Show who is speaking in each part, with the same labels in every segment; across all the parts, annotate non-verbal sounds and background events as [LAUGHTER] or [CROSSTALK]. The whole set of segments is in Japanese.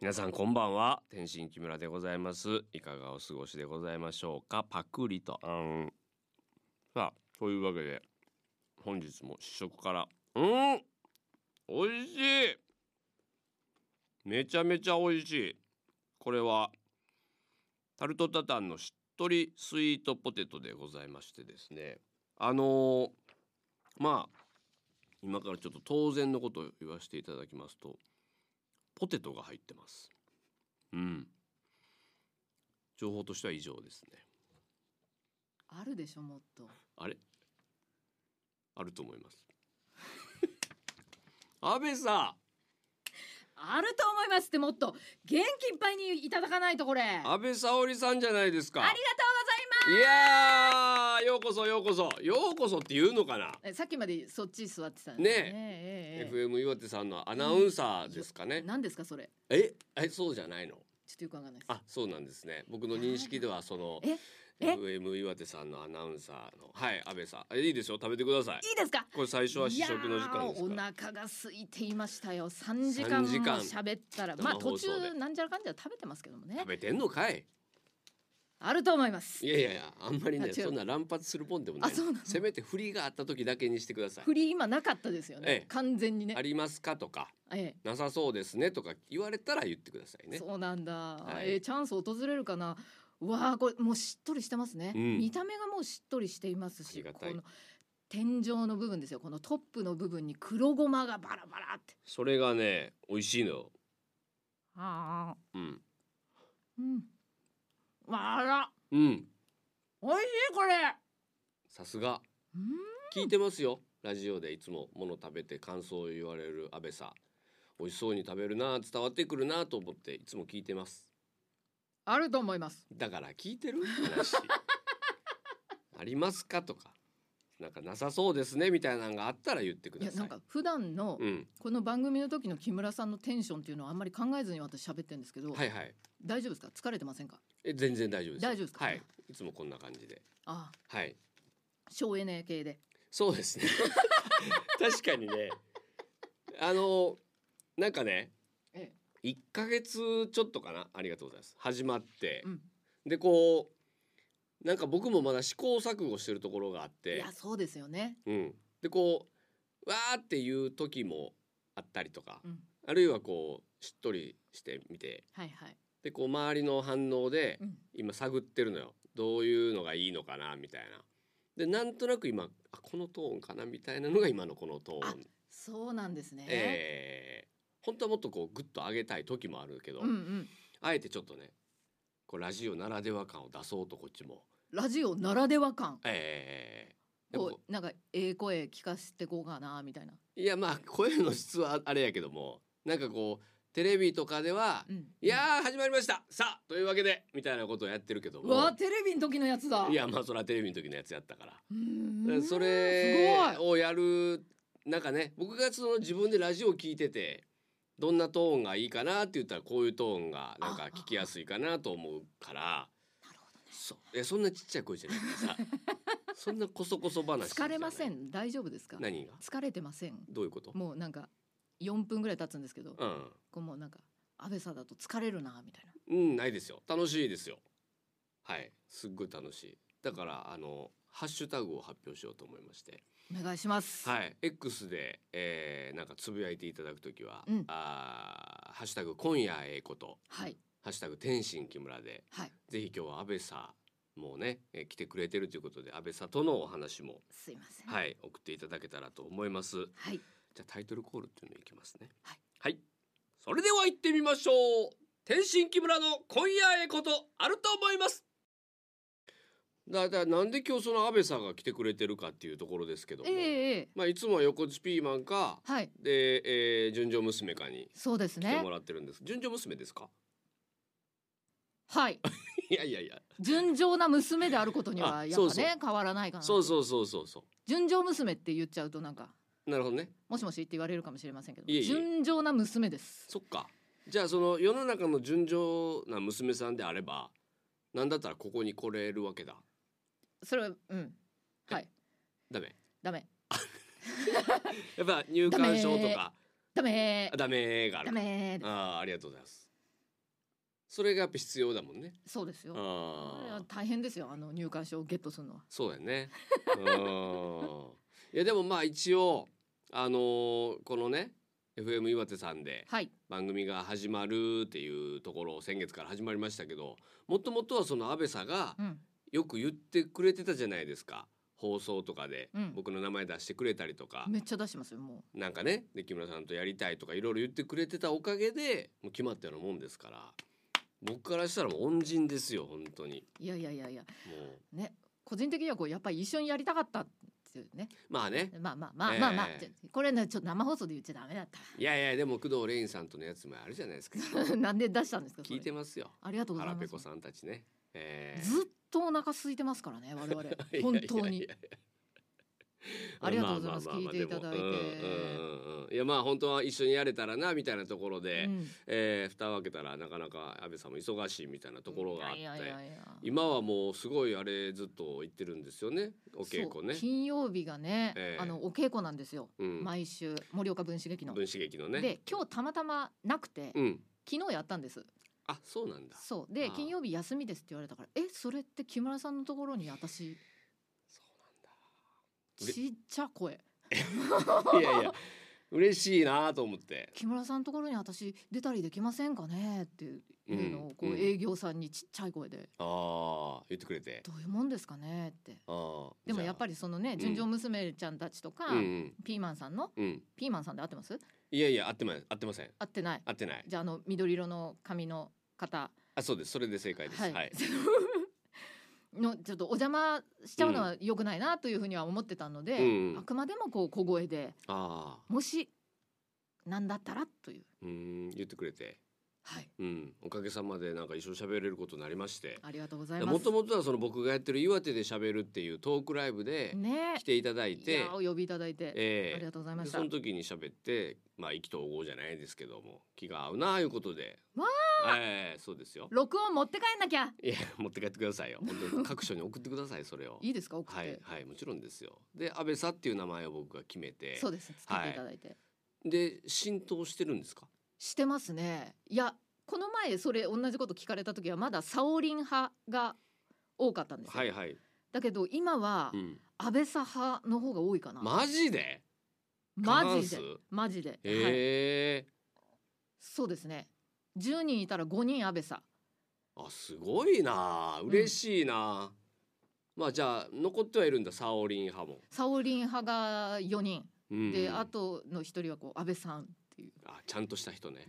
Speaker 1: 皆さんこんばんは天心木村でございますいかがお過ごしでございましょうかパクリとあんさあというわけで本日も試食からうんおいしいめちゃめちゃおいしいこれはタルトタタンのしっとりスイートポテトでございましてですねあのーまあ今からちょっと当然のことを言わせていただきますとポテトが入ってますうん情報としては以上ですね
Speaker 2: あるでしょもっと
Speaker 1: あれあると思います
Speaker 2: [LAUGHS]
Speaker 1: 安倍さ
Speaker 2: あると思いますってもっと元気いっぱいにいただかないとこれあり
Speaker 1: ん
Speaker 2: がとう
Speaker 1: 安倍沙織さんじゃないですか
Speaker 2: ござい
Speaker 1: いやーようこそようこそようこそって言うのかな、
Speaker 2: ますえさっきまでそっち座ってたんですねえええ
Speaker 1: FM 岩手さんのアナウンサーですか
Speaker 2: え
Speaker 1: ね、
Speaker 2: 何ですかそれ
Speaker 1: ええそうじゃないの
Speaker 2: ちょっとよくわかんないです
Speaker 1: あそうなんですね僕の認識ではその
Speaker 2: ええ
Speaker 1: FM 岩手さんのアナウンサーのはい安倍さんえいいですよ食べてください
Speaker 2: いいですか
Speaker 1: これ最初は試食の時間です
Speaker 2: い
Speaker 1: か
Speaker 2: やーお腹が空いていましたよ三時間も
Speaker 1: 三時間
Speaker 2: 喋ったら
Speaker 1: 生
Speaker 2: まあ途
Speaker 1: 放送で
Speaker 2: 中なんじゃらかんじゃら食べてますけどもね
Speaker 1: 食べてんのかい
Speaker 2: あると思います
Speaker 1: いやいやいやあんまり
Speaker 2: あ
Speaker 1: ね
Speaker 2: 違う
Speaker 1: そんな乱発するもんでもない
Speaker 2: あそうなの
Speaker 1: せめて振りがあった時だけにしてください
Speaker 2: 振り今なかったですよ
Speaker 1: え
Speaker 2: ね
Speaker 1: え
Speaker 2: 完全にね
Speaker 1: ありますかとか
Speaker 2: え
Speaker 1: なさそうですねとか言われたら言ってください
Speaker 2: え
Speaker 1: ね
Speaker 2: そうなんだ、
Speaker 1: い
Speaker 2: ええチャンス訪れるかなうわあこれもうしっとりしてますね、
Speaker 1: うん
Speaker 2: 見た目がもうしっとりしていま
Speaker 1: あり
Speaker 2: すし
Speaker 1: が
Speaker 2: こ
Speaker 1: たい
Speaker 2: の天井の部分ですよこのトップの部分に黒ごまがバラバラって
Speaker 1: それがね美味しいのよ
Speaker 2: ああ
Speaker 1: うん
Speaker 2: うんあら
Speaker 1: うん
Speaker 2: おいしいこれ
Speaker 1: さすが
Speaker 2: うん
Speaker 1: 聞いてますよラジオでいつももの食べて感想を言われる安倍さん美味しそうに食べるな伝わってくるなと思っていつも聞いてます
Speaker 2: あると思います
Speaker 1: だから聞いてる話 [LAUGHS] ありますかとかなんかなさそうですねみたいなのがあったら言ってく
Speaker 2: い
Speaker 1: だ
Speaker 2: や
Speaker 1: さい
Speaker 2: なんか普段の
Speaker 1: うん
Speaker 2: この番組の時の木村さんのテンションっていうのはあんまり考えずに私喋ってるんですけど、
Speaker 1: はいはい
Speaker 2: 大丈夫ですか疲れてませんか
Speaker 1: え全然大丈夫ですよ
Speaker 2: 大丈夫ですか
Speaker 1: はいいつもこんな感じで
Speaker 2: ああ
Speaker 1: はい
Speaker 2: 省エネ系で
Speaker 1: そうですね [LAUGHS] 確かにねあのなんかね
Speaker 2: え
Speaker 1: 一ヶ月ちょっとかなありがとうございます始まって
Speaker 2: え、うん
Speaker 1: でこうなんか僕もまだ試行錯誤してるところがあっ
Speaker 2: い
Speaker 1: て
Speaker 2: や、そうですよね
Speaker 1: うん、でこうわーっていう時もあったりとか、
Speaker 2: うん
Speaker 1: あるいはこうしっとりしてみて
Speaker 2: はいはい、
Speaker 1: でこう周りの反応で
Speaker 2: うん、
Speaker 1: 今探ってるのよどういうのがいいのかなみたいな。でなんとなく今あこのトーンかなみたいなのが今のこのトーン。
Speaker 2: そうなんですね、
Speaker 1: えー本当はもっとこうグッと上げたい時もあるけど、
Speaker 2: うんうん
Speaker 1: あえてちょっとねこうラジオならでは感を出そうとこっちも。
Speaker 2: ラジオならでは感
Speaker 1: えー、でも
Speaker 2: こうなんかええ声聞かせてこうかなみたいな、
Speaker 1: いやまあ声の質はあれやけどもなんかこうテレビとかでは
Speaker 2: うん、
Speaker 1: 「いやー始まりましたさあというわけで」みたいなことをやってるけど
Speaker 2: うわ
Speaker 1: も
Speaker 2: あテレビの時のやつだ
Speaker 1: いやまあそれはテレビの時のやつやったから
Speaker 2: う
Speaker 1: だか
Speaker 2: ー
Speaker 1: ら
Speaker 2: ん
Speaker 1: それ
Speaker 2: すごい
Speaker 1: をやるなんかね僕がその自分でラジオ聞いててどんなトーンがいいかなって言ったらこういうトーンがなんか聞きやすいかなと思うから
Speaker 2: なるほどね
Speaker 1: そういやそんなちっちゃい声じゃなくて
Speaker 2: [LAUGHS]
Speaker 1: さそんなこそこそ話じゃ
Speaker 2: 疲
Speaker 1: ない
Speaker 2: れません大丈夫ですか
Speaker 1: 何が
Speaker 2: 疲れてません
Speaker 1: どういうこと
Speaker 2: もうなんか4分ぐらい経つんですけど、
Speaker 1: うん
Speaker 2: こうもうなんか安倍さんだと疲れるなみたいな
Speaker 1: うん、ないですよ。楽しいですよ。はい、すっごい楽しい。だから、あの、ハッシュタグを発表しようと思いまして。
Speaker 2: お願いします、
Speaker 1: はい、X で、えーなんかつぶやいていただくときは、
Speaker 2: うん
Speaker 1: あーハッシュタグ今夜ええこと、
Speaker 2: はい
Speaker 1: ハッシュタグ天心木村で、
Speaker 2: はい
Speaker 1: ぜひ今日は安倍さんもね、えー来てくれてるということで、安倍さんとのお話も、
Speaker 2: すいませんい、
Speaker 1: はい、送っていただけたらと思います。
Speaker 2: はい、
Speaker 1: じゃあタイトルコールっていうのいきますね。
Speaker 2: はい。
Speaker 1: それでは行ってみましょう。天心木村の今夜へことあると思います。だだなんで今日その安倍さんが来てくれてるかっていうところですけども、
Speaker 2: ええええ
Speaker 1: まあいつもは横地ピーマンか
Speaker 2: はい
Speaker 1: で、えー、純情娘かに
Speaker 2: そうです
Speaker 1: 来て
Speaker 2: ね
Speaker 1: もらってるんです。純情娘ですか？ [LAUGHS]
Speaker 2: はい
Speaker 1: いやいやいや。
Speaker 2: 純情な娘であることに
Speaker 1: あ
Speaker 2: はや
Speaker 1: そ
Speaker 2: っ
Speaker 1: う
Speaker 2: ぱ
Speaker 1: そう
Speaker 2: ね変わらないかな
Speaker 1: そうそうそうそうそ
Speaker 2: 純情娘って言っちゃうとなんか
Speaker 1: う。なるほどね。
Speaker 2: もしもしって言われるかもしれませんけど
Speaker 1: いえいえ
Speaker 2: 純情な娘です
Speaker 1: そっか。じゃあその世の中の純情な娘さんであれば、なんだったらここに来れるわけだ。
Speaker 2: それはうんはい
Speaker 1: ダメ。
Speaker 2: ダメ
Speaker 1: やっぱ入館証とか
Speaker 2: ダメ
Speaker 1: ダメがある
Speaker 2: ダメ
Speaker 1: ああありがとうございますそれがやっぱ必要だもんね
Speaker 2: そうですよあれ
Speaker 1: あ
Speaker 2: は
Speaker 1: あ
Speaker 2: 大変ですよあの入館証をゲットするのは
Speaker 1: そうやねうんいやでもまあ一応あのーこのね FM 岩手さんで
Speaker 2: はい
Speaker 1: 番組が始まるっていうところを先月から始まりましたけどもともとはその安倍さんが
Speaker 2: うん
Speaker 1: よく言ってくれてたじゃないですか放送とかで
Speaker 2: うん
Speaker 1: 僕の名前出してくれたりとか、
Speaker 2: めっちゃ出してますよも
Speaker 1: なんかねで木村さんとやりたいとかいろいろ言ってくれてたおかげでもう決まったようなもんですから僕からしたらもう恩人ですよ本当に
Speaker 2: ういやいやいやいや
Speaker 1: もう
Speaker 2: ね個人的にはこうやっぱり一緒にやりたかったっていうね
Speaker 1: まあね
Speaker 2: まあまあまあ
Speaker 1: ええ
Speaker 2: まあまあ、ちょこれねちょっと生放送で言っちゃダメだっ
Speaker 1: いやいやでも工藤レインさんとのやつもあるじゃないです
Speaker 2: [LAUGHS]
Speaker 1: か
Speaker 2: たなんで出したんですかそ
Speaker 1: 聞
Speaker 2: れ
Speaker 1: いてますよ
Speaker 2: ありがとうござい
Speaker 1: 腹
Speaker 2: ま
Speaker 1: ペ
Speaker 2: す
Speaker 1: コさんたちね、えー
Speaker 2: ずっとお腹空いてますか
Speaker 1: [LAUGHS]
Speaker 2: らね我々
Speaker 1: いやいやい
Speaker 2: 本
Speaker 1: やいや
Speaker 2: 当
Speaker 1: [LAUGHS]
Speaker 2: にありがとうございます
Speaker 1: ああああ
Speaker 2: 聞いていただいて
Speaker 1: でもうんうんうんいやまあ本当は一緒にやれたらなみたいなところで、
Speaker 2: うん
Speaker 1: えー蓋を開けたらなかなか安倍さんも忙しいみたいなところがあって
Speaker 2: いやいやいや
Speaker 1: 今はもうすごいあれずっと言ってるんですよねお稽古ね
Speaker 2: そう金曜日がね、
Speaker 1: ええ
Speaker 2: あのお稽古なんですよ、
Speaker 1: うん
Speaker 2: 毎週盛岡分子劇の。
Speaker 1: 分子劇のね
Speaker 2: で今日たまたまなくて、
Speaker 1: うん
Speaker 2: 昨日やったんです
Speaker 1: あそうなんだ
Speaker 2: そう
Speaker 1: あ
Speaker 2: で
Speaker 1: あ
Speaker 2: 金曜日休みですって言われたからえそれって木村さんのところに私
Speaker 1: うれ
Speaker 2: ちっちゃ声
Speaker 1: そうなんだ [LAUGHS] いやいや嬉しいなと思って
Speaker 2: 木村さんのところに私出たりできませんかねっていうのをこ
Speaker 1: うん
Speaker 2: う
Speaker 1: うん
Speaker 2: 営業さんにちっちゃい声で、
Speaker 1: ああ言ってくれて
Speaker 2: どういうもんですかねって
Speaker 1: ああ
Speaker 2: でもやっぱ
Speaker 1: り
Speaker 2: りそのね
Speaker 1: ん
Speaker 2: 純情娘ちゃんたちとか、
Speaker 1: うんうん
Speaker 2: ピーマンさんの
Speaker 1: うん
Speaker 2: ピーマンさんで合ってます
Speaker 1: いやいや合ってま合ってません
Speaker 2: 合ってない
Speaker 1: 合ってない
Speaker 2: じゃああの緑色の髪の方
Speaker 1: あそうですそれで正解ですはい、
Speaker 2: [LAUGHS] のちょっとお邪魔しちゃうのは良くないなというふうには思ってたので、
Speaker 1: うん
Speaker 2: あくまでもこう小声で
Speaker 1: ああ
Speaker 2: もしなんだったらという
Speaker 1: うん言ってくれて
Speaker 2: はい
Speaker 1: うんおかげさまでなんか一緒に喋れることになりまして
Speaker 2: ありがとうございます
Speaker 1: もともとはその僕がやってる岩手で喋るっていうトークライブで
Speaker 2: ね
Speaker 1: 来ていただい
Speaker 2: い
Speaker 1: て、
Speaker 2: やお呼びいただいて、
Speaker 1: え
Speaker 2: あり
Speaker 1: え
Speaker 2: がとうございま
Speaker 1: で
Speaker 2: した
Speaker 1: その時に喋ってまあ意気投合じゃないですけども気が合うなあいうことで
Speaker 2: わ
Speaker 1: ええそうですよ
Speaker 2: 録音持って帰んなきゃ
Speaker 1: いや持って帰ってくださいよ本
Speaker 2: [LAUGHS]
Speaker 1: 当に各所に送ってくださいそれを
Speaker 2: いいですか送って、
Speaker 1: はいはいもちろんですよで安倍さんっていう名前を僕が決めて
Speaker 2: そうですつけていただいて、
Speaker 1: で浸透してるんですか
Speaker 2: してますねいやこの前それ同じこと聞かれた時はまだサオリン派が多かったんですよ、
Speaker 1: はいはい、
Speaker 2: だけど今は
Speaker 1: うん、
Speaker 2: 安倍左派の方が多いかな、
Speaker 1: マジで
Speaker 2: マ
Speaker 1: 過半
Speaker 2: ジ
Speaker 1: 数
Speaker 2: でマジで、はい、
Speaker 1: ええ
Speaker 2: そうですね10人いたら5人安倍さ
Speaker 1: あすごいな嬉しいな、まあじゃあ残ってはいるんだサオリン派も、
Speaker 2: サオリン派が4人
Speaker 1: うん
Speaker 2: で、あとの1人はこう安倍さん [LAUGHS] っていう
Speaker 1: あちゃんとした人ね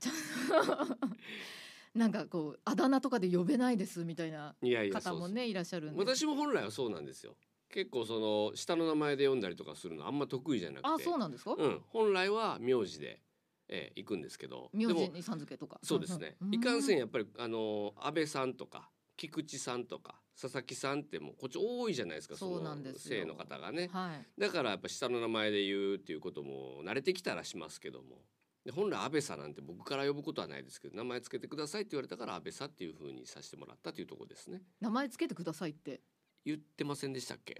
Speaker 2: なんかこうあだ名とかで呼べないですみたいない
Speaker 1: やいや
Speaker 2: 方も
Speaker 1: そう
Speaker 2: ねいらっしゃるんで
Speaker 1: そう私も本来はそうなんですよ結構その下の名前で読んだりとかするのあんま得意じゃなくて
Speaker 2: あそうなんですか、
Speaker 1: うん、本来は名字で、ええ行くんですけど
Speaker 2: 名
Speaker 1: で
Speaker 2: 字
Speaker 1: も
Speaker 2: にさん付けとか
Speaker 1: そうですね、いかんせんやっぱりあの安倍さんとか菊池さんとか佐々木さんってもうこっち多いじゃないですか
Speaker 2: そう
Speaker 1: の
Speaker 2: なんですよ
Speaker 1: 姓の方がね
Speaker 2: はい
Speaker 1: だからやっぱ下の名前で言うっていうことも慣れてきたらしますけどもで本来安倍さんなんて僕から呼ぶことはないですけど名前つけてくださいって言われたから安倍さんっていうふうにさせてもらったというところですね
Speaker 2: 名前つけてくださいって
Speaker 1: 言ってませんでしたっけ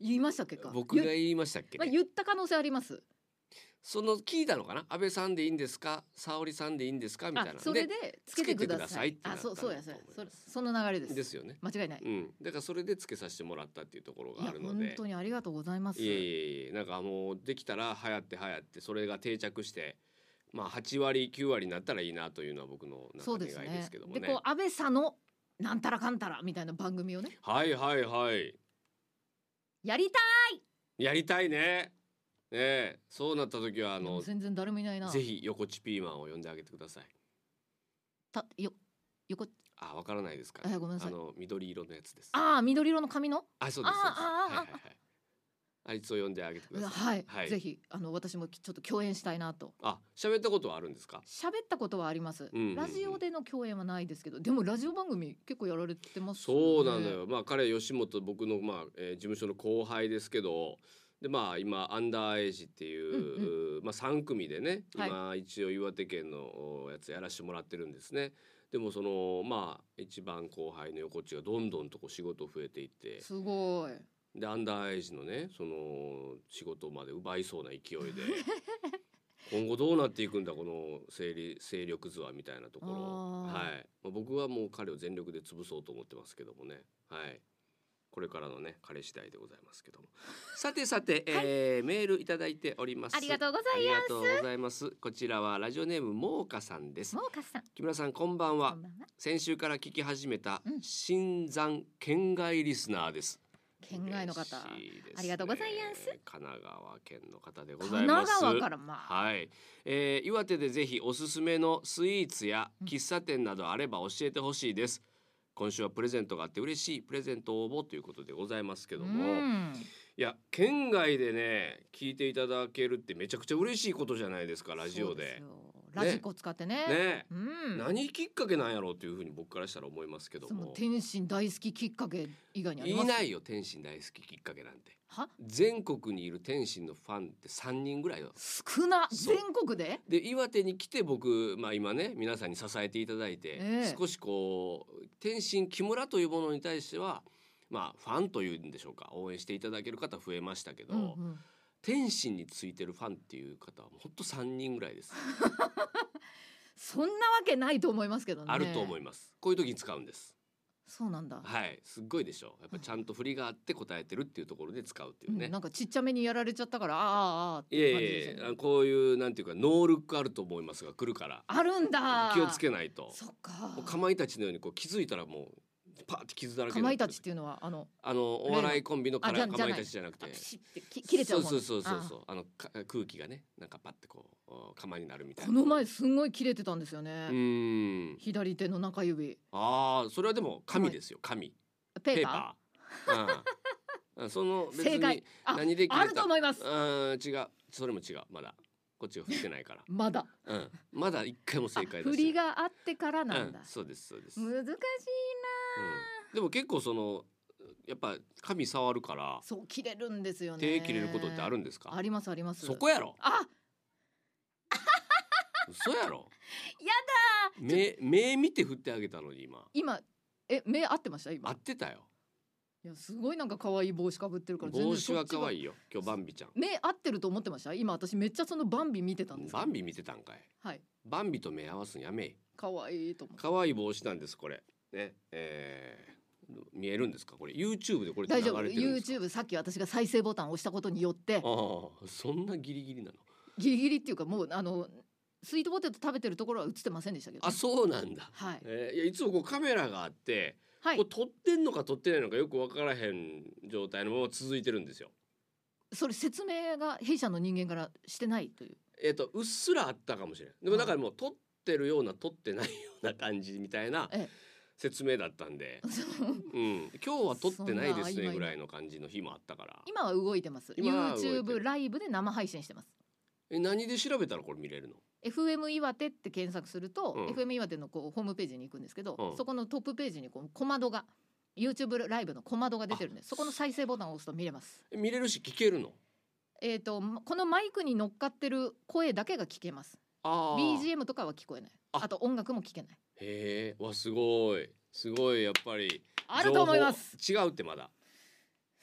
Speaker 2: 言いましたっけか
Speaker 1: 僕が
Speaker 2: 言,、
Speaker 1: 言いましたっけ、
Speaker 2: まあ、言った可能性あります
Speaker 1: その聞いたのかな安倍さんでいいんですか沙織さんでいいんですかみたい
Speaker 2: あ
Speaker 1: なの
Speaker 2: それでつけてください
Speaker 1: つけてくださいってな
Speaker 2: あ
Speaker 1: った
Speaker 2: そ
Speaker 1: ん
Speaker 2: う
Speaker 1: だと
Speaker 2: そ
Speaker 1: 思
Speaker 2: う
Speaker 1: い
Speaker 2: や
Speaker 1: ます
Speaker 2: そうやそれその流れです
Speaker 1: ですよね
Speaker 2: 間違いない、
Speaker 1: うん、だからそれでつけさせてもらったっていうところ
Speaker 2: い
Speaker 1: があ
Speaker 2: や
Speaker 1: るの
Speaker 2: 本
Speaker 1: で
Speaker 2: 当にありがとうございます
Speaker 1: いえいえいえなんかもうできたら流行って流行ってそれが定着してまあ8割9割になったらいいなというのは僕のなんか
Speaker 2: そう
Speaker 1: 願い
Speaker 2: で
Speaker 1: です
Speaker 2: ね
Speaker 1: すけどもね
Speaker 2: でこう安倍さんのなんたらかんたらみたいな番組をね
Speaker 1: はいはいはい
Speaker 2: やりた
Speaker 1: やりたいねねえそうなった時はいあ
Speaker 2: でも
Speaker 1: の
Speaker 2: 全然誰もいないな
Speaker 1: ぜひ横地ピーマンを呼んであげてください
Speaker 2: たよ横
Speaker 1: あわからないですか、
Speaker 2: あごめんなさい
Speaker 1: あの緑色のやつです
Speaker 2: ああ緑色の髪の
Speaker 1: あそうですそうで
Speaker 2: あ
Speaker 1: す
Speaker 2: ああ
Speaker 1: はいはいはいあいつを呼んであげてください
Speaker 2: はい、
Speaker 1: はい
Speaker 2: ぜひあの私もちょっと共演したいなと
Speaker 1: あ喋ったことはあるんですか
Speaker 2: 喋ったことはあります、
Speaker 1: うんうんうん
Speaker 2: ラジオでの共演はないですけどでもラジオ番組結構やられてます
Speaker 1: そうなのよ、まあ彼吉本僕の、まあえー事務所の後輩ですけどでまあ今アンダーエイジっていう、まあ、3組でね
Speaker 2: はい
Speaker 1: 今一応岩手県のおやつやらしてもらってるんですね。でもそのまあ一番後輩の横地がどんどんとこう仕事増えていって
Speaker 2: すごい
Speaker 3: [LAUGHS]
Speaker 1: でアンダーエイジのねその仕事まで奪いそうな勢いで今後どうなっていくんだこの勢力勢力図はみたいなところ
Speaker 2: あー
Speaker 1: はい、まあ、僕はもう彼を全力で潰そうと思ってますけどもねはいこれからのね彼次第でございますけ
Speaker 3: [LAUGHS]
Speaker 1: どもさてさて、えーメールいただいております
Speaker 3: ありがとうござ
Speaker 1: あ
Speaker 3: い
Speaker 1: り
Speaker 3: ま
Speaker 1: がとうございますこちらはラジオネームもうかさんですす
Speaker 3: もうかさん
Speaker 1: 木村さんこんばん
Speaker 3: こ
Speaker 1: は
Speaker 3: んばんは
Speaker 1: 先週から聞き始めた
Speaker 3: うん
Speaker 1: 新山県外リスナーです
Speaker 2: 県外の方
Speaker 1: 嬉しいですね
Speaker 2: ありがとうございます
Speaker 1: 神奈川県の方でご
Speaker 2: 神
Speaker 1: ざいま
Speaker 2: 奈
Speaker 1: す
Speaker 2: 川からまあ、
Speaker 1: はい、えー岩手でぜひおすすめのスイーツや喫茶店などあれば教えてほしいです、今週はプレゼントがあって嬉しいプレゼント応募ということでございますけど
Speaker 2: う
Speaker 1: も、い
Speaker 2: ん
Speaker 1: や県外でね聞いていただけるってめちゃくちゃ嬉しいことじゃないですかラジオで
Speaker 2: そうすよラジコ使ってね
Speaker 1: ねえ
Speaker 2: うん
Speaker 1: 何きっかけなんやろうというふうに僕からしたら思いますけど
Speaker 2: その
Speaker 1: も
Speaker 2: 天心大好ききっかけ以外にあり
Speaker 1: い
Speaker 2: ます
Speaker 1: ないよ天心大好ききっかけなんて
Speaker 2: は
Speaker 1: 全国にいる天心のファンって3人ぐらいよ
Speaker 2: 少な
Speaker 1: そう
Speaker 2: 全国で
Speaker 1: で岩手に来て僕、まあ、今ね皆さんに支えていただいて、
Speaker 2: ええ
Speaker 1: 少しこう天心木村というものに対しては、まあ、ファンというんでしょうか応援していただける方増えましたけど、
Speaker 2: うんうん
Speaker 1: 天心についてるファンっていう方はほんと3人ぐらいです、
Speaker 2: そんなわけないと思いますけどね
Speaker 1: あると思い
Speaker 2: ま
Speaker 1: ますこういう時に使うんです
Speaker 2: すそうなんだ、
Speaker 1: はいすっごいでしょやっぱちゃんと振りがあって答えてるっていうところで使うっていうね、
Speaker 2: うんなんかちっちゃめにやられちゃったからあああああって
Speaker 1: いやい
Speaker 2: 感
Speaker 1: や
Speaker 2: じですよ
Speaker 1: い
Speaker 2: ね
Speaker 1: やこういうなんていうかノールックあると思いますが来るから
Speaker 2: あるんだ
Speaker 1: 気をつけないと
Speaker 2: そっか
Speaker 1: もうかまいたちのようにこう気づいたらもうパーって傷だらけ
Speaker 2: か
Speaker 1: にな
Speaker 2: ま
Speaker 1: っ
Speaker 2: い
Speaker 1: て
Speaker 2: た
Speaker 1: る
Speaker 2: ちっていうのはあの
Speaker 1: あのお笑いコンビのか
Speaker 2: あじ
Speaker 1: ら
Speaker 2: ゃ
Speaker 1: か
Speaker 2: じゃ
Speaker 1: ま
Speaker 2: ないい
Speaker 1: たちじゃなくて
Speaker 2: あピシッてき切れちゃうもん
Speaker 1: そうそうそうそう
Speaker 2: あ
Speaker 1: そうあのか空気がねなんかパッてこうお釜になるみた
Speaker 2: あ
Speaker 1: い
Speaker 2: こ
Speaker 1: な
Speaker 2: の前すんごい切れてたんですよね、
Speaker 1: うーん
Speaker 2: 左手の中指
Speaker 1: ああそれはでも紙ですよ紙
Speaker 2: ペーパ
Speaker 1: ペ
Speaker 2: ー
Speaker 1: ーパーうんその別
Speaker 2: 正解
Speaker 1: に
Speaker 2: あ
Speaker 1: 何で切れた
Speaker 2: あると思います
Speaker 1: うん違うそれも違うまだこっちが振ってないから
Speaker 2: まだ
Speaker 1: うんまだ一回も正解
Speaker 2: あ
Speaker 1: だ
Speaker 2: 振
Speaker 1: し
Speaker 2: り
Speaker 1: て
Speaker 2: があってから
Speaker 1: な
Speaker 2: ないんだ
Speaker 1: うん、そうですそうです
Speaker 3: 難しいな
Speaker 1: うんでも結構そのやっぱ髪触るから
Speaker 2: そう切れるんですよね
Speaker 1: 手切れることってあるんですか
Speaker 2: ありますあります
Speaker 1: そこやろ
Speaker 2: あ
Speaker 1: 嘘や
Speaker 2: [LAUGHS]
Speaker 1: ろ
Speaker 3: や
Speaker 1: だ目目見て振ってあげたのに今
Speaker 2: 今え目合ってました今
Speaker 1: 合ってたよ
Speaker 2: いやすごいなんか可愛い帽子かぶってるから全然
Speaker 1: 帽子は可
Speaker 2: い
Speaker 1: 愛いよ今日バンビちゃん
Speaker 2: 目合ってると思ってました今私めっちゃそのバンビ見てたんですけど
Speaker 1: バンビ見てたんかい
Speaker 2: はい
Speaker 1: バンビと目合わすんやめい
Speaker 2: 可愛いと思って
Speaker 1: 可愛い帽子なんですこれねえー見えるんですかこれ YouTube でこれって
Speaker 2: 大
Speaker 1: 流
Speaker 2: 丈夫
Speaker 1: れてるんですか
Speaker 2: YouTube さっき私が再生ボタンを押したことによって
Speaker 1: ああそんなギリギリなの
Speaker 2: ギリギリっていうかもうあのスイートポテト食べてるところは映ってませんでしたけど
Speaker 1: あ
Speaker 2: ね、
Speaker 1: そうなんだ
Speaker 2: はい
Speaker 1: えーいやいつもこうカメラがあって
Speaker 2: はい
Speaker 1: こう撮ってんのか撮ってないのかよく分からへん状態のまま続いてるんですよ。
Speaker 2: それ説明が弊社の人間からしてないという [LAUGHS]
Speaker 1: えっ、とうっすらあったかもしれない。でも
Speaker 2: は
Speaker 1: だ
Speaker 2: い
Speaker 1: からもう撮ってるような撮ってないような感じみたいな
Speaker 2: ええ
Speaker 1: 説明だったんで、
Speaker 2: その
Speaker 1: うん、今日は撮ってないです
Speaker 2: そ
Speaker 1: ね
Speaker 2: んな曖昧
Speaker 1: ぐらいの感じの日もあったから。
Speaker 2: 今は動いてます
Speaker 1: 今は動いてる
Speaker 2: YouTube ライブで生配信してます
Speaker 1: え何で調べたらこれ見れるの？
Speaker 2: FM 岩手って検索すると、
Speaker 1: うん
Speaker 2: FM 岩手のこうホームページに行くんですけど、
Speaker 1: うん
Speaker 2: そこのトップページにこう小窓が YouTube ライブの小窓が出てるんでそこの再生ボタンを押すと見れます。
Speaker 1: え見れるし聞けるの。
Speaker 2: えっ、とこのマイクに乗っかってる声だけが聞けます。
Speaker 1: ああ。
Speaker 2: BGM とかは聞こえない。
Speaker 1: あ
Speaker 2: あと音楽も聞けない。
Speaker 1: へえわすごいすごいやっぱり
Speaker 2: あると思います。
Speaker 1: 情報違うってまだ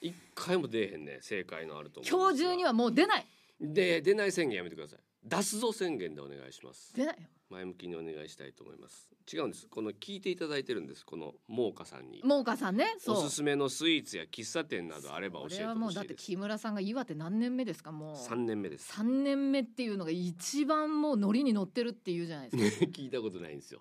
Speaker 1: 一回も出えへんね正解のあると思う
Speaker 2: 今
Speaker 1: んです
Speaker 2: 日
Speaker 1: が。
Speaker 2: 中にはもう出ない。
Speaker 1: で出ない宣言やめてください出すぞ宣言でお願いします
Speaker 2: 出ないよ。
Speaker 1: 前向きにお願いしたいと思います違うんですこの聞いていただいてるんですこのモーカさんに
Speaker 2: もうかさんね。そう。
Speaker 1: おすすめのスイーツや喫茶店などあれば教え
Speaker 2: こ
Speaker 1: て
Speaker 2: れはも
Speaker 1: ほ
Speaker 2: う
Speaker 1: し
Speaker 2: だっ
Speaker 1: い
Speaker 2: て
Speaker 1: です
Speaker 2: 木村さんが岩手何年目ですかもう。
Speaker 1: 三年目です
Speaker 2: 三年目っていうのが一番もうノリに乗ってるっていうじゃないですか。
Speaker 1: [LAUGHS] 聞いたことないんですよ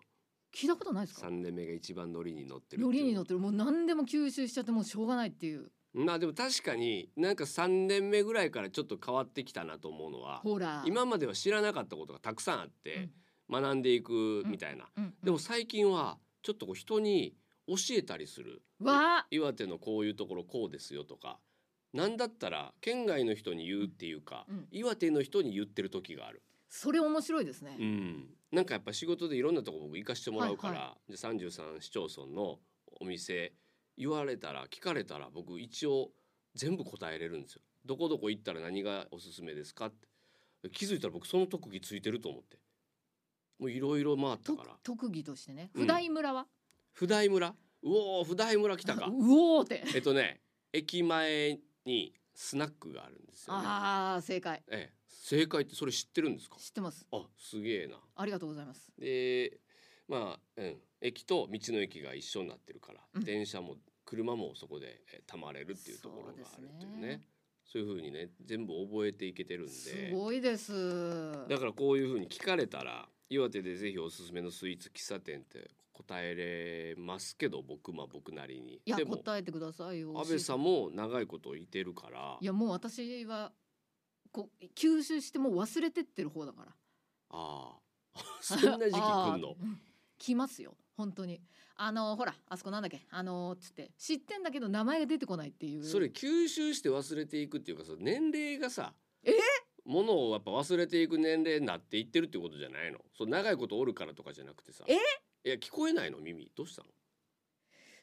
Speaker 2: 聞いたことないですか。
Speaker 1: 三年目が一番ノリに乗ってるっていう
Speaker 2: よりに乗ってるもう何でも吸収しちゃってもうしょうがないっていう
Speaker 1: まあでも確かになんか三年目ぐらいからちょっと変わってきたなと思うのは
Speaker 2: ほら
Speaker 1: 今までは知らなかったことがたくさんあって、学んでいくみたいな、
Speaker 2: うん
Speaker 1: でも最近はちょっとこう人に教えたりする
Speaker 2: わ
Speaker 1: 岩手のこういうところこうですよとかなんだったら県外の人に言うっていうか、
Speaker 2: うん
Speaker 1: 岩手の人に言ってる時がある、
Speaker 2: それ面白いですね、
Speaker 1: うん、なんかやっぱ仕事でいろんなとこ僕行かしてもらうから、
Speaker 2: はい
Speaker 1: で33市町村のお店言われたら聞かれたら僕一応全部答えれるんですよ。どこどこ行ったら何がおすすめですかって気づいたら僕その特技ついてると思ってもういろいろ回った
Speaker 2: と
Speaker 1: から
Speaker 2: 特技としてね
Speaker 1: うん
Speaker 2: 普代村は、
Speaker 1: 普代村うおー普代村来た
Speaker 2: う
Speaker 1: か
Speaker 2: おーって
Speaker 1: えっとね、駅前にスナックがあるんですよ、ね。
Speaker 2: ああ正解
Speaker 1: ええ、正解ってそれ知ってるんですか
Speaker 2: 知ってます
Speaker 1: あすげえな
Speaker 2: ありがとうございます
Speaker 1: でまあ、うん、駅と道の駅が一緒になってるから、
Speaker 2: うん
Speaker 1: 電車も車もそこでえー溜まれるっていうところがあるっていうねそう
Speaker 2: そうですね
Speaker 1: いうふうにね全部覚えていけてるんです
Speaker 2: ごいです
Speaker 1: だからこういうふうに聞かれたら岩手でぜひおすすめのスイーツ喫茶店って答えれますけど僕まあ僕なりに。
Speaker 2: いや
Speaker 1: でも
Speaker 2: 答えてくださいよ
Speaker 1: 安倍さ
Speaker 2: ん
Speaker 1: んも長いこといてるから
Speaker 2: いやもう私はこう吸収してもう忘れてってる方だから
Speaker 1: ああ
Speaker 2: [LAUGHS]
Speaker 1: そんな時期来んの
Speaker 2: あーうん来ますよ本当にあのほらあそこなんだっけあのつって知ってんだけど名前が出てこないっていう
Speaker 1: それ吸収して忘れていくっていうかさ年齢がさ
Speaker 2: え
Speaker 1: ものをやっぱ忘れていく年齢になっていってるってことじゃないのそう長いことおるからとかじゃなくてさ
Speaker 2: え
Speaker 1: いや聞こえないの耳どうしたの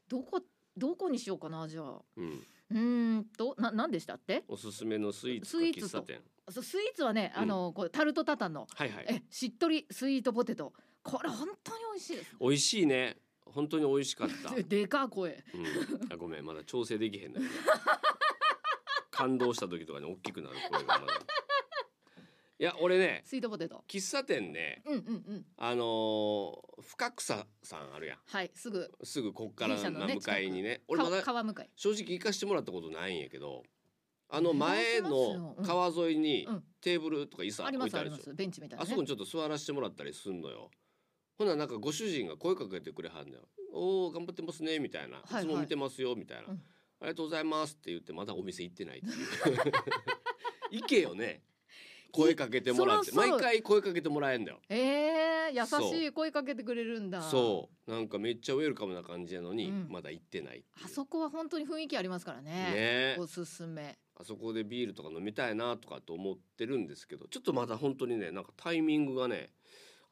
Speaker 2: どこどこにしようかなじゃあ
Speaker 1: うん
Speaker 2: うーんとな何でしたって
Speaker 1: おすすめのスイーツか
Speaker 2: スイーツと
Speaker 1: 喫茶店
Speaker 2: そうスイーツはね
Speaker 1: うん
Speaker 2: あの、こうタルトタタンの
Speaker 1: はいはい
Speaker 2: えしっとりスイートポテトこれ本当に美味しいです
Speaker 1: 美味しいね本当に美味しか
Speaker 2: [LAUGHS]
Speaker 1: った、
Speaker 2: ででかい声
Speaker 1: うん、あごめんまだ調整できへんのよ感動した時とかに大きくなる声がまだいや俺ね
Speaker 2: スイートポテト
Speaker 1: 喫茶店ね
Speaker 2: うんうんうん
Speaker 1: あのー深草さんあるやん
Speaker 2: はいすぐ
Speaker 1: すぐこっから
Speaker 2: 電車の
Speaker 1: 南
Speaker 2: ね
Speaker 1: 向かいにね俺
Speaker 2: か
Speaker 1: まだ
Speaker 2: 川向かい
Speaker 1: 正直行かしてもらったことないんやけどあの前
Speaker 2: お願いしま
Speaker 1: の
Speaker 2: すようん
Speaker 1: 川沿いに
Speaker 2: うん
Speaker 1: テーブルとか椅子
Speaker 2: あり
Speaker 1: 置
Speaker 2: ま
Speaker 1: いて
Speaker 2: すあ
Speaker 1: あ
Speaker 2: り
Speaker 1: るで
Speaker 2: ま
Speaker 1: しょ
Speaker 2: すベンチみたいな
Speaker 1: あ
Speaker 2: ね
Speaker 1: そこにちょっと座らせてもらったりすんのよほななんかご主人が声かけてくれはんのよ「おお頑張ってますね」みたいな「
Speaker 2: はいはい
Speaker 1: いつも見てますよ」みたいな、
Speaker 2: うん
Speaker 1: ありがとうございます」って言ってまだお店行ってないっていう
Speaker 2: [LAUGHS]
Speaker 1: 行けよね声かけてもらって
Speaker 2: そろそろ
Speaker 1: 毎回声かけてもらえんだよ
Speaker 2: えー、優
Speaker 1: そう
Speaker 2: しい声かけてくれるんだ
Speaker 1: そうなんかめっちゃウェルカムな感じやのに、
Speaker 2: うん
Speaker 1: まだ行ってないっていう
Speaker 2: あそこは本当に雰囲気ありますから
Speaker 1: ね
Speaker 2: ね。
Speaker 1: え
Speaker 2: おすすめ。
Speaker 1: あそこでビールとか飲みたいなとかと思ってるんですけどちょっとまだ本当にねなんかタイミングがね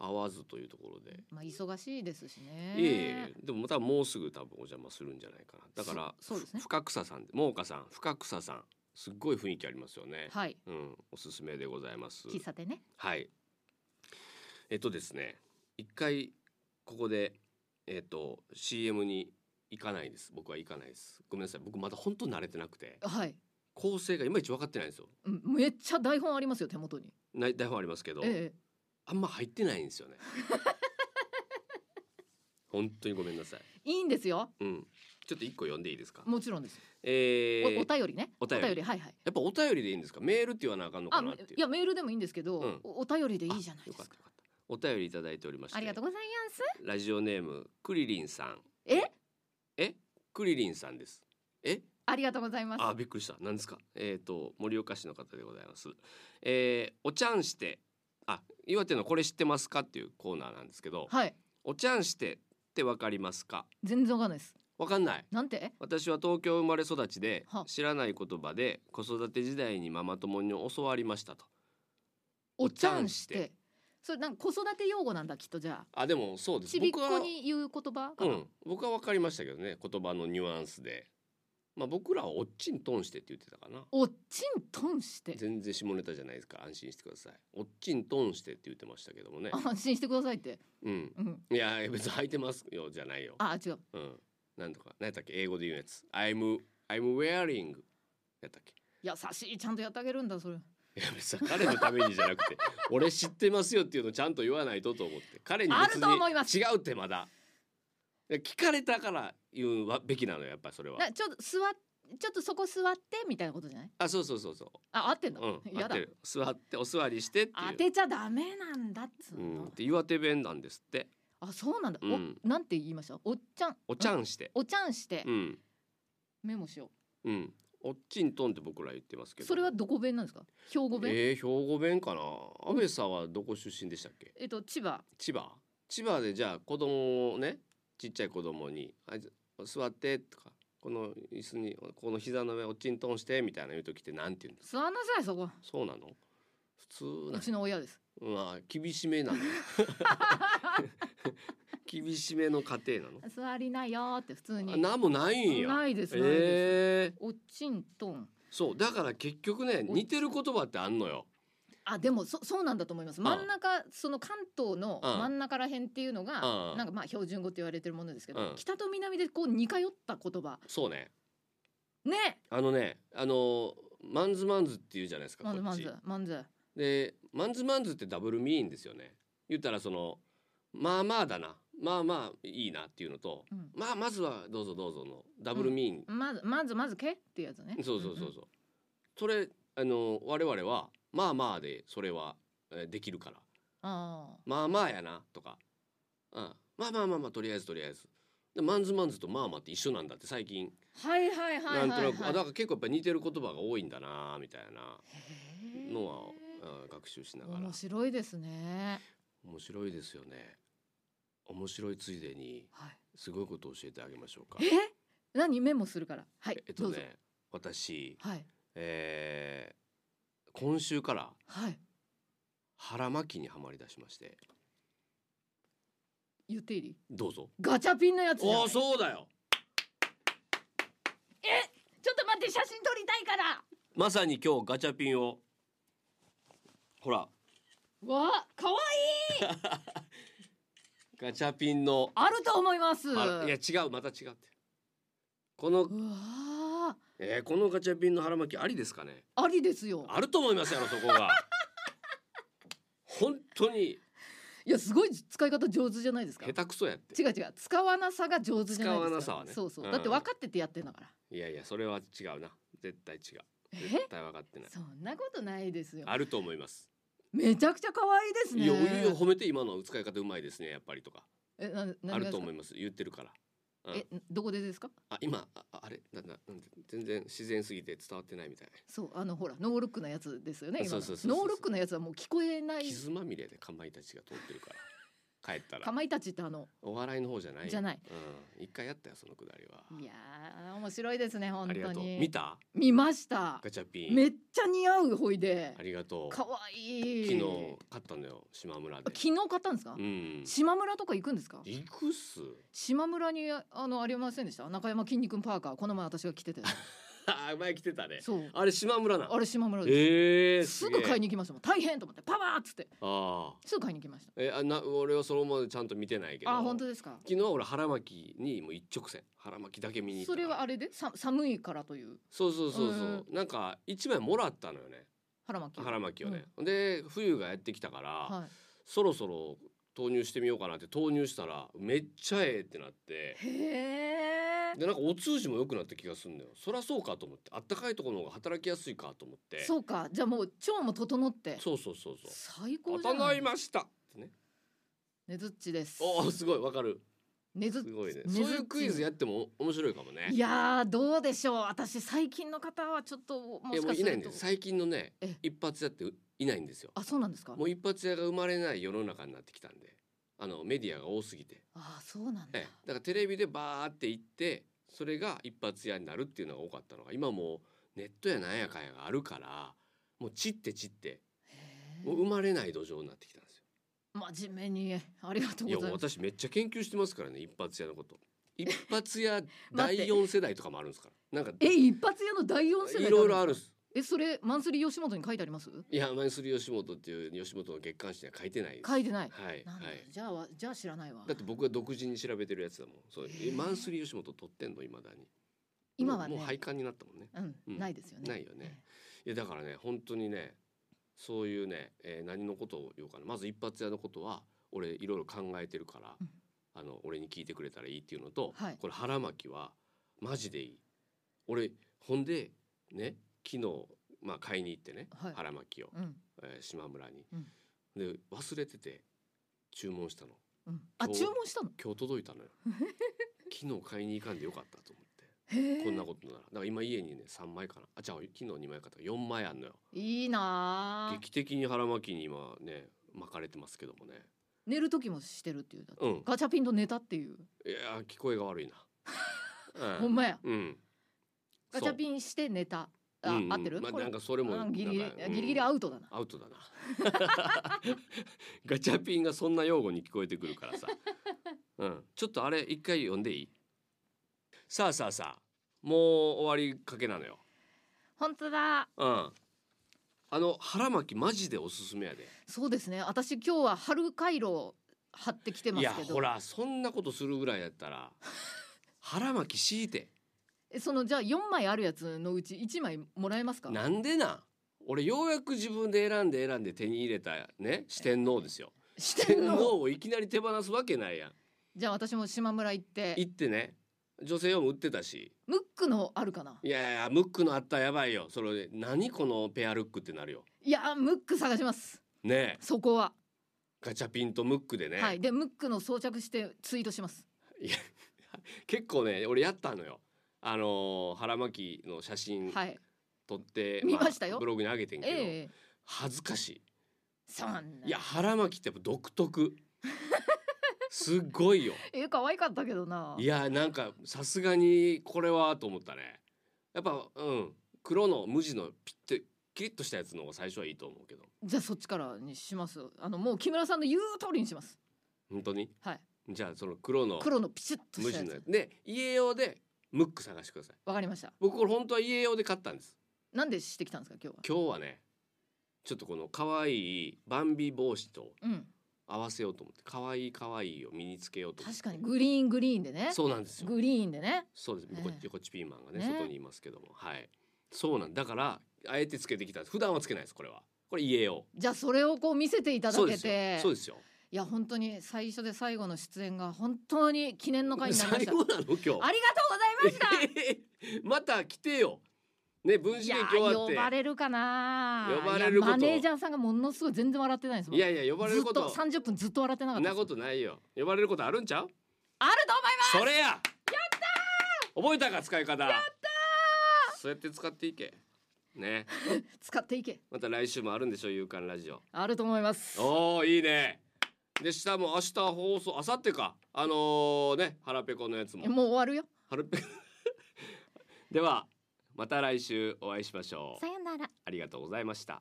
Speaker 1: 合わずというところで、
Speaker 2: まあ忙しいですしね。
Speaker 1: いえいえでもまたもうすぐ多分お邪魔するんじゃないかなだから
Speaker 2: そそうですね
Speaker 1: 深草さん桃花さん深草さんすっごい雰囲気ありますよね、
Speaker 2: はい。
Speaker 1: うんおすすめでございます
Speaker 2: 喫茶店ね。
Speaker 1: はいえっとですね一回ここでえっと CM に行かないです僕は行かないですごめんなさい僕まだ本当慣れてなくて
Speaker 2: はい。
Speaker 1: 構成がいまいち分かってないんですよ
Speaker 2: うんめっちゃ台本ありますよ手元に。
Speaker 1: ない台本ありますけど、
Speaker 2: ええ。
Speaker 1: あんま入ってないんですよね。
Speaker 2: [LAUGHS]
Speaker 1: 本当にごめんなさい。
Speaker 2: いいんですよ。
Speaker 1: うん、ちょっと一個読んでいいですか。
Speaker 2: もちろんです。
Speaker 1: え
Speaker 2: お
Speaker 1: ー、
Speaker 2: お便りね。
Speaker 1: お便り
Speaker 2: はいはい。
Speaker 1: やっぱお便りでいいんですか。メールって言わなあかんの
Speaker 2: あ
Speaker 1: かなっていう。
Speaker 2: いやメールでもいいんですけど、
Speaker 1: うん
Speaker 2: おお便りでい
Speaker 1: あ
Speaker 2: いじゃないで
Speaker 1: よかっ
Speaker 2: す
Speaker 1: た
Speaker 2: か。
Speaker 1: よかった。お便りいただいておりまして。
Speaker 2: ありがとうございます。
Speaker 1: ラジオネームクリリンさん。
Speaker 2: え？
Speaker 1: え？クリリンさんです。え？
Speaker 2: ありがとうございます。
Speaker 1: あびっくりした何ですかえっ、と盛岡市の方でございますえー、おちゃんしてあ岩手のこれ知ってますかっていうコーナーなんですけど、
Speaker 2: はい。
Speaker 1: おちゃんしてってわかりますか
Speaker 2: 全然わかんないです。
Speaker 1: わかんない
Speaker 2: なんて？
Speaker 1: 私は東京生まれ育ちで
Speaker 2: は
Speaker 1: 知らない言葉で子育て時代にママ友に教わりましたと
Speaker 2: おちゃんし
Speaker 1: おちゃん
Speaker 2: て。それなんか子育て用語なんだきっとじゃあ。
Speaker 1: あでもそうです
Speaker 2: ちびっ
Speaker 1: 僕は
Speaker 2: こに言う言葉か
Speaker 1: う
Speaker 2: な。
Speaker 1: ん僕は分かりましたけどね言葉のニュアンスでまあ僕らはおっちんとんしてって言ってたかな
Speaker 2: おっちんとんして。
Speaker 1: 全然下ネタじゃないですから安心してくださいおっちんとんしてって言ってましたけどもね
Speaker 2: 安心してくださいって。
Speaker 1: うん
Speaker 2: う
Speaker 1: い
Speaker 2: ん。
Speaker 1: や別に履いてますよじゃないよ
Speaker 2: あ、違う。
Speaker 1: うんなんとか何やったっけ英語で言うやつ I'm I'm wearing やったっけ
Speaker 2: 優しい、ちゃんとやってあげるんだ、それ。
Speaker 1: いや別に彼のためにじゃなく
Speaker 2: [LAUGHS]
Speaker 1: て俺知ってますよっていうのちゃんと言わないとと思って彼に
Speaker 2: あ
Speaker 1: 別
Speaker 2: ると思いま
Speaker 1: に違うってまだいや聞かれたから言うわべきなのよやっぱりそれは
Speaker 2: な、ちょっと座っ、ちょっとそこ座ってみたいなことじゃない。
Speaker 1: あそうそうそうそ
Speaker 2: あ、合ってん
Speaker 1: う
Speaker 2: の。
Speaker 1: うん合
Speaker 2: や
Speaker 1: っ
Speaker 2: だ
Speaker 1: て。る座ってお座りしてって
Speaker 2: 当
Speaker 1: いう
Speaker 2: てちゃダメなんだっつう
Speaker 1: う
Speaker 2: の。
Speaker 1: んで岩手弁なんですって
Speaker 2: あ、そうなんだ。
Speaker 1: うん
Speaker 2: お、なんて言いました。おっちゃん。
Speaker 1: おちゃ
Speaker 2: ん。
Speaker 1: んして
Speaker 2: おちゃんして
Speaker 1: う。ん
Speaker 2: メモしよ
Speaker 1: うんおっちんとんって僕ら言ってますけ
Speaker 2: う。
Speaker 1: ど
Speaker 2: それはどこ弁なんですか。兵庫弁。
Speaker 1: えー、兵庫弁かな安倍さんはどこ出身でしたっけ
Speaker 2: えっと、千葉。
Speaker 1: 千葉千葉でじゃあ子供をねちっちゃい子供に「あいつ座って」とか「この椅子にこの膝の上おちんとんして」みたいな言う時ってなんて言うんです
Speaker 2: 座んなさい、そこ。
Speaker 1: そうなの普通
Speaker 2: う
Speaker 1: な
Speaker 2: ちの親です。
Speaker 1: のまあ厳しめな
Speaker 2: [LAUGHS]
Speaker 1: の厳しめの家庭なの
Speaker 2: 座りなよーって普通
Speaker 1: あ
Speaker 2: に。
Speaker 1: なんもないんや
Speaker 2: ないです。ないです。
Speaker 1: えー
Speaker 2: おちんとん。
Speaker 1: そうだから結局ね似てる言葉ってあんのよ
Speaker 2: あでもそそうなんだと思います
Speaker 1: ん
Speaker 2: 真ん中、その関東の
Speaker 1: うん
Speaker 2: 真ん中ら辺っていうのが、
Speaker 1: うん
Speaker 2: なんかまあ標準語って言われてるものですけど、
Speaker 1: うん
Speaker 2: 北と南でこう似通った言葉
Speaker 1: そうね
Speaker 2: ね
Speaker 1: あのねあのマンズマンズって言うじゃないですか
Speaker 2: ま
Speaker 1: こっ
Speaker 2: ずま
Speaker 1: ち
Speaker 2: ずまず
Speaker 1: でマンズマンズってダブルミーンですよね言ったらそのまあまあだなまあまあいいなっていうのと
Speaker 2: うん
Speaker 1: まあまずはどうぞどうぞのダブルミーン、
Speaker 2: まずまずまずけっていうやつね
Speaker 1: そうそうそうそうそれあの我々はまあまあでそれはえーできるから
Speaker 2: あ
Speaker 1: まあまあやなとか、うん、まあまあまあまあとりあえずとりあえずでマンズマンズとまあまあって一緒なんだって最近
Speaker 2: あはいはいはい
Speaker 1: な
Speaker 2: は
Speaker 1: んとな
Speaker 2: い
Speaker 1: く、あだか
Speaker 2: は
Speaker 1: ら結構やっぱり似てる言葉が多いんだなみたいないのは、うん、学習しながら
Speaker 2: 面白いですね
Speaker 1: 面白いですよね面白いついでに
Speaker 2: はい
Speaker 1: すごいことを教えてあげましょうか
Speaker 2: え何メモするからはい
Speaker 1: えっ
Speaker 2: ど
Speaker 1: と
Speaker 2: うぞ
Speaker 1: ね私、
Speaker 2: はい
Speaker 1: えー今週から
Speaker 2: はい
Speaker 1: 腹巻きにはまりだしまして
Speaker 2: 言っていい
Speaker 1: どうぞ
Speaker 2: ガチャピンのやつじゃ
Speaker 1: お
Speaker 2: な
Speaker 1: お
Speaker 2: い
Speaker 1: そうだよ
Speaker 2: ちょっと待って写真撮りたいから
Speaker 1: まさに今日ガチャピンをほら
Speaker 2: わあ可愛い
Speaker 1: ガチャピンの
Speaker 2: あると思いますうわ
Speaker 1: あいや違うまた違ってこの、
Speaker 2: あ
Speaker 1: えーこのガチャピンの腹巻きありですかね
Speaker 2: ありですよ
Speaker 1: あると思いますやろそこが [LAUGHS] 本当に
Speaker 2: いやすごい使い方上手じゃないですか
Speaker 1: 下手くそやって
Speaker 2: 違う違う使わなさが上手じゃないですか
Speaker 1: 使わなさはね
Speaker 2: そうそう、
Speaker 1: うん
Speaker 2: だって分かっててやってんだから
Speaker 1: いやいやそれは違うな絶対違う
Speaker 2: え
Speaker 1: 絶対分かってない
Speaker 2: そんなことないですよ
Speaker 1: あると思います
Speaker 2: めちゃくちゃ可愛いですね
Speaker 1: いやいや褒めて今の使い方うまいですねやっぱりとか
Speaker 2: えな何が
Speaker 1: あると思
Speaker 2: で
Speaker 1: います言ってるから
Speaker 2: す
Speaker 1: ま
Speaker 2: かえどこでですか
Speaker 1: あ今あああれなんだなんて全然自然すぎて伝わってないみたい
Speaker 2: そうあのほらノールックなやつですよね今
Speaker 1: そう
Speaker 2: の
Speaker 1: そうそうそう
Speaker 2: ノールックなやつはもう聞こえない
Speaker 1: 傷まみれでかまいたちが通ってる
Speaker 2: [LAUGHS]
Speaker 1: から帰った
Speaker 2: からまいたちってあの
Speaker 1: お笑いの方じゃない
Speaker 2: じゃない、
Speaker 1: うん、一回やったよそのくだりはい
Speaker 2: やー面白いですね本
Speaker 1: あり
Speaker 2: 当
Speaker 1: がとう
Speaker 2: に
Speaker 1: 見た
Speaker 2: 見ました
Speaker 1: ガチャピン
Speaker 2: めっちゃ似合うほいで
Speaker 1: ありがとう
Speaker 2: 可愛い
Speaker 1: 昨日買ったんだよ島村で
Speaker 2: 昨日買ったんですか、
Speaker 1: うん
Speaker 2: 島村とか行くんですか
Speaker 1: 行くっす
Speaker 2: 島村にああのありませんでした中山きんに君パーカーこの前私が着てて
Speaker 1: [LAUGHS] [LAUGHS] あ前来てたね
Speaker 2: そう
Speaker 1: あれ島村なの
Speaker 2: あれ島村です、
Speaker 1: えー、
Speaker 2: すぐ買い
Speaker 1: に
Speaker 2: に行きましたもん大変と思ってパワーっつって
Speaker 1: ああ
Speaker 2: すぐ買いに行きまし
Speaker 1: えあな俺はそのままちゃんと見てないけど
Speaker 2: たあ本当ですか
Speaker 1: 昨日は俺腹巻きにもう一直線腹巻きだけ見に行ったから
Speaker 2: それはあれでさ寒いからという
Speaker 1: そうそうそうそう
Speaker 2: うん
Speaker 1: なんか一枚もらったのよね
Speaker 2: 腹巻き
Speaker 1: 腹巻きをね、で冬がやってきたから、
Speaker 2: はい
Speaker 1: そろそろ投入してみようかなって投入したらめっちゃええってなって [LAUGHS]
Speaker 2: へ
Speaker 1: でなんかお通じも良くなった気がするんだよそりゃそうかと思ってあったかいところの方が働きやすいかと思って
Speaker 2: えそうかじゃあもう腸も整って
Speaker 1: そうそうそうそう「
Speaker 2: 最高じゃな
Speaker 1: 整
Speaker 2: い
Speaker 1: いました」ってね
Speaker 2: ねずっちです
Speaker 1: おおすごいわかる
Speaker 2: ねずっ
Speaker 1: すごいね
Speaker 2: ね
Speaker 1: そういうクイズやっても面白いかもね
Speaker 2: いやーどうでしょう私最近の方はちょっとも
Speaker 1: いや
Speaker 2: し
Speaker 1: もう
Speaker 2: かす
Speaker 1: いないん
Speaker 2: る
Speaker 1: で
Speaker 2: と
Speaker 1: す最近のね
Speaker 2: え
Speaker 1: 一発屋っていないんですよ
Speaker 2: あそうなんですか
Speaker 1: もう一発屋が生まれない世の中になってきたんであのメディアが多すぎて、
Speaker 2: あそうなんだ
Speaker 1: ええ、だからテレビでバーって行ってそれが一発屋になるっていうのが多かったのが今もうネットやなんやかんやがあるからもう散って散って
Speaker 2: へ
Speaker 1: もう
Speaker 2: ー
Speaker 1: 生まれない土壌になってきたんですよ。
Speaker 2: 真面目にありがとう
Speaker 1: いや
Speaker 2: ござ
Speaker 1: もう
Speaker 2: います
Speaker 1: 私めっちゃ研究してますからね一発屋のこと。一発屋
Speaker 2: [LAUGHS] 待って
Speaker 1: 第四世代とかもあるんですから。なんか
Speaker 2: え一発屋の第四世代
Speaker 1: いろいろあ
Speaker 2: る
Speaker 1: るんです。
Speaker 2: えそれマンスリー吉本に書いてあります
Speaker 1: いやマイスリー吉本っていう吉本の月刊誌には書いてないです。
Speaker 2: 書いてない
Speaker 1: はい
Speaker 2: なんだ、
Speaker 1: はい。
Speaker 2: じゃあわじゃあ知らないわ
Speaker 1: だって僕が独自に調べてるやつだもん。そう
Speaker 2: へ
Speaker 1: え
Speaker 2: ー
Speaker 1: マンスリー吉本取ってんの今だに。
Speaker 2: 今は
Speaker 1: も
Speaker 2: ね
Speaker 1: うもう廃刊になったもんね。
Speaker 2: うん、
Speaker 1: うん
Speaker 2: ないですよね
Speaker 1: ないよねいやだからね本当にねそういうね、えー何のことを言おうかなまず一発屋のことは俺いろいろ考えてるから、
Speaker 2: うん
Speaker 1: あの俺に聞いてくれたらいいっていうのと、
Speaker 2: はい
Speaker 1: これ腹巻きはマジでいい俺ほんでね昨日、まあ、買いに行ってね、
Speaker 2: はい
Speaker 1: 腹巻きを、
Speaker 2: ええうん
Speaker 1: えー島村に、
Speaker 2: うん
Speaker 1: で忘れてて注文したの
Speaker 2: うん、あ
Speaker 1: 今日
Speaker 2: 注文したの
Speaker 1: 今日届いた
Speaker 2: [LAUGHS]
Speaker 1: のよ昨日買いに行かんでよかったと思って
Speaker 2: へえ
Speaker 1: こんなことならだから今家にね3枚かなあじゃあ昨日2枚買ったから4枚あんのよ
Speaker 2: いいなあ
Speaker 1: 劇的に腹巻きに今ね巻かれてますけどもね
Speaker 2: 寝る時もしてるっていうだって
Speaker 1: うん
Speaker 2: ガチャピンと寝たっていう、
Speaker 1: いやー聞こえが悪
Speaker 2: [LAUGHS]
Speaker 1: いな、うん、
Speaker 2: ほんまや
Speaker 1: うん
Speaker 2: ガチャ
Speaker 1: ン
Speaker 2: ピンして寝たあ、合ってる、
Speaker 1: まあ、
Speaker 2: これ
Speaker 1: なんかそれも
Speaker 2: うんギリギ
Speaker 1: なんかうん
Speaker 2: リギリギリアウトだな、
Speaker 1: アウトだな [LAUGHS] ガチャピンがそんな用語に聞こえてくるからさ、うん、ちょっとあれ一回読んでいいさあさあさあもう終わりかけなのよ
Speaker 2: 本当だ
Speaker 1: うんあの腹巻きマジでおすすめやで
Speaker 2: そうですね私今日は春回路貼ってきてま
Speaker 1: い
Speaker 2: す
Speaker 1: や
Speaker 2: けど
Speaker 1: ほらそんなことするぐらいやった
Speaker 2: [LAUGHS]
Speaker 1: ら腹巻き敷いて
Speaker 2: えそのじゃあ4枚あるやつのうち1枚もらえますか
Speaker 1: なんでなん俺ようやく自分で選んで選んで手に入れたね四天王です
Speaker 2: [LAUGHS]
Speaker 1: よ
Speaker 2: 四
Speaker 1: 四天王をいきなり手放すわけないやん
Speaker 2: じゃあ私も島村行って
Speaker 1: 行ってね女性をも売ってたし
Speaker 2: ムックのあるかない
Speaker 1: やいやムックのあったらやばいよそれ何このペアルックってなるよ
Speaker 2: いやームック探します
Speaker 1: ねえ
Speaker 2: そこは、
Speaker 1: ガチャピンとムックでね、
Speaker 2: はいでムックの装着してツイートします
Speaker 1: 結構ね俺やったのよあのー腹巻きの写真
Speaker 2: はい
Speaker 1: 撮って、
Speaker 2: 見ましたよ
Speaker 1: ブログに上げてんけど、
Speaker 2: ええ
Speaker 1: 恥ずかしい
Speaker 2: そんない
Speaker 1: や腹巻きってやっぱ独
Speaker 2: [LAUGHS]
Speaker 1: 特すっごいよ
Speaker 2: え可愛かったけどない
Speaker 1: やなんかさすがにこれはと思ったねやっぱうん黒の無地のピッてキリッとしたやつの方が最初はいいと思うけど
Speaker 2: じゃあそっちからにしますあのもう木村さんの言う通りにします
Speaker 1: 本当に
Speaker 2: はい
Speaker 1: じゃあその黒の
Speaker 2: 黒のピシッと
Speaker 1: 無
Speaker 2: した
Speaker 1: 地
Speaker 2: や
Speaker 1: のや
Speaker 2: つ
Speaker 1: つで家用でムック探してください
Speaker 2: わかりました
Speaker 1: 僕これ本当は家用で買ったんです
Speaker 2: なんでしてきたんですか今日
Speaker 1: 今日はねちょっとこの可愛いバンビ帽子と
Speaker 2: はうん
Speaker 1: 合わせようと思って可愛い可愛いを身につけようと思って
Speaker 2: 確かにグリーングリーンでね
Speaker 1: そうなんですよ
Speaker 2: グリーンでね
Speaker 1: そうです、
Speaker 2: ええ
Speaker 1: こっちこっちピーマンがね
Speaker 2: ね
Speaker 1: 外にいますけどもはいそうなんだからあえてつけてきたんです普段はつけないですこれはこれ家用
Speaker 2: じゃあそれをこう見せていただ
Speaker 1: そう
Speaker 2: け
Speaker 1: ですよ
Speaker 2: て
Speaker 1: そうですよ
Speaker 2: いや本当に最初で最後の出演が本当に記念の回になりま
Speaker 1: 最
Speaker 2: した
Speaker 1: 後なの今日
Speaker 2: ありがとうございま
Speaker 1: [LAUGHS]
Speaker 2: した
Speaker 1: また来てよね分子
Speaker 2: い
Speaker 1: で
Speaker 2: や
Speaker 1: 今日
Speaker 2: ー
Speaker 1: はっ
Speaker 2: 呼ば
Speaker 1: て
Speaker 2: れるかな
Speaker 1: 呼ばれること
Speaker 2: いやマネージャーさんがものすごい全然笑ってないですもん
Speaker 1: いやいや呼ばれるこ
Speaker 2: ず
Speaker 1: と
Speaker 2: っと30分ずっと笑ってなか
Speaker 1: そ
Speaker 2: っ
Speaker 1: ん
Speaker 2: た
Speaker 1: な
Speaker 2: です
Speaker 1: ことないよ呼ばれることあるんちゃう
Speaker 2: あると思います
Speaker 1: それややった覚えたか使い方やったそうやって使っていけね
Speaker 2: 使っていけ
Speaker 1: また来週もあるんでしょ夕刊ラジオ
Speaker 2: あると思います
Speaker 1: おーいいねで下も明日放送明後日かあのー、ね腹ペコのやつも
Speaker 2: もう終わるよ
Speaker 1: 腹ペコ [LAUGHS] ではまた来週お会いしましょう
Speaker 2: さよなら
Speaker 1: ありがとうございました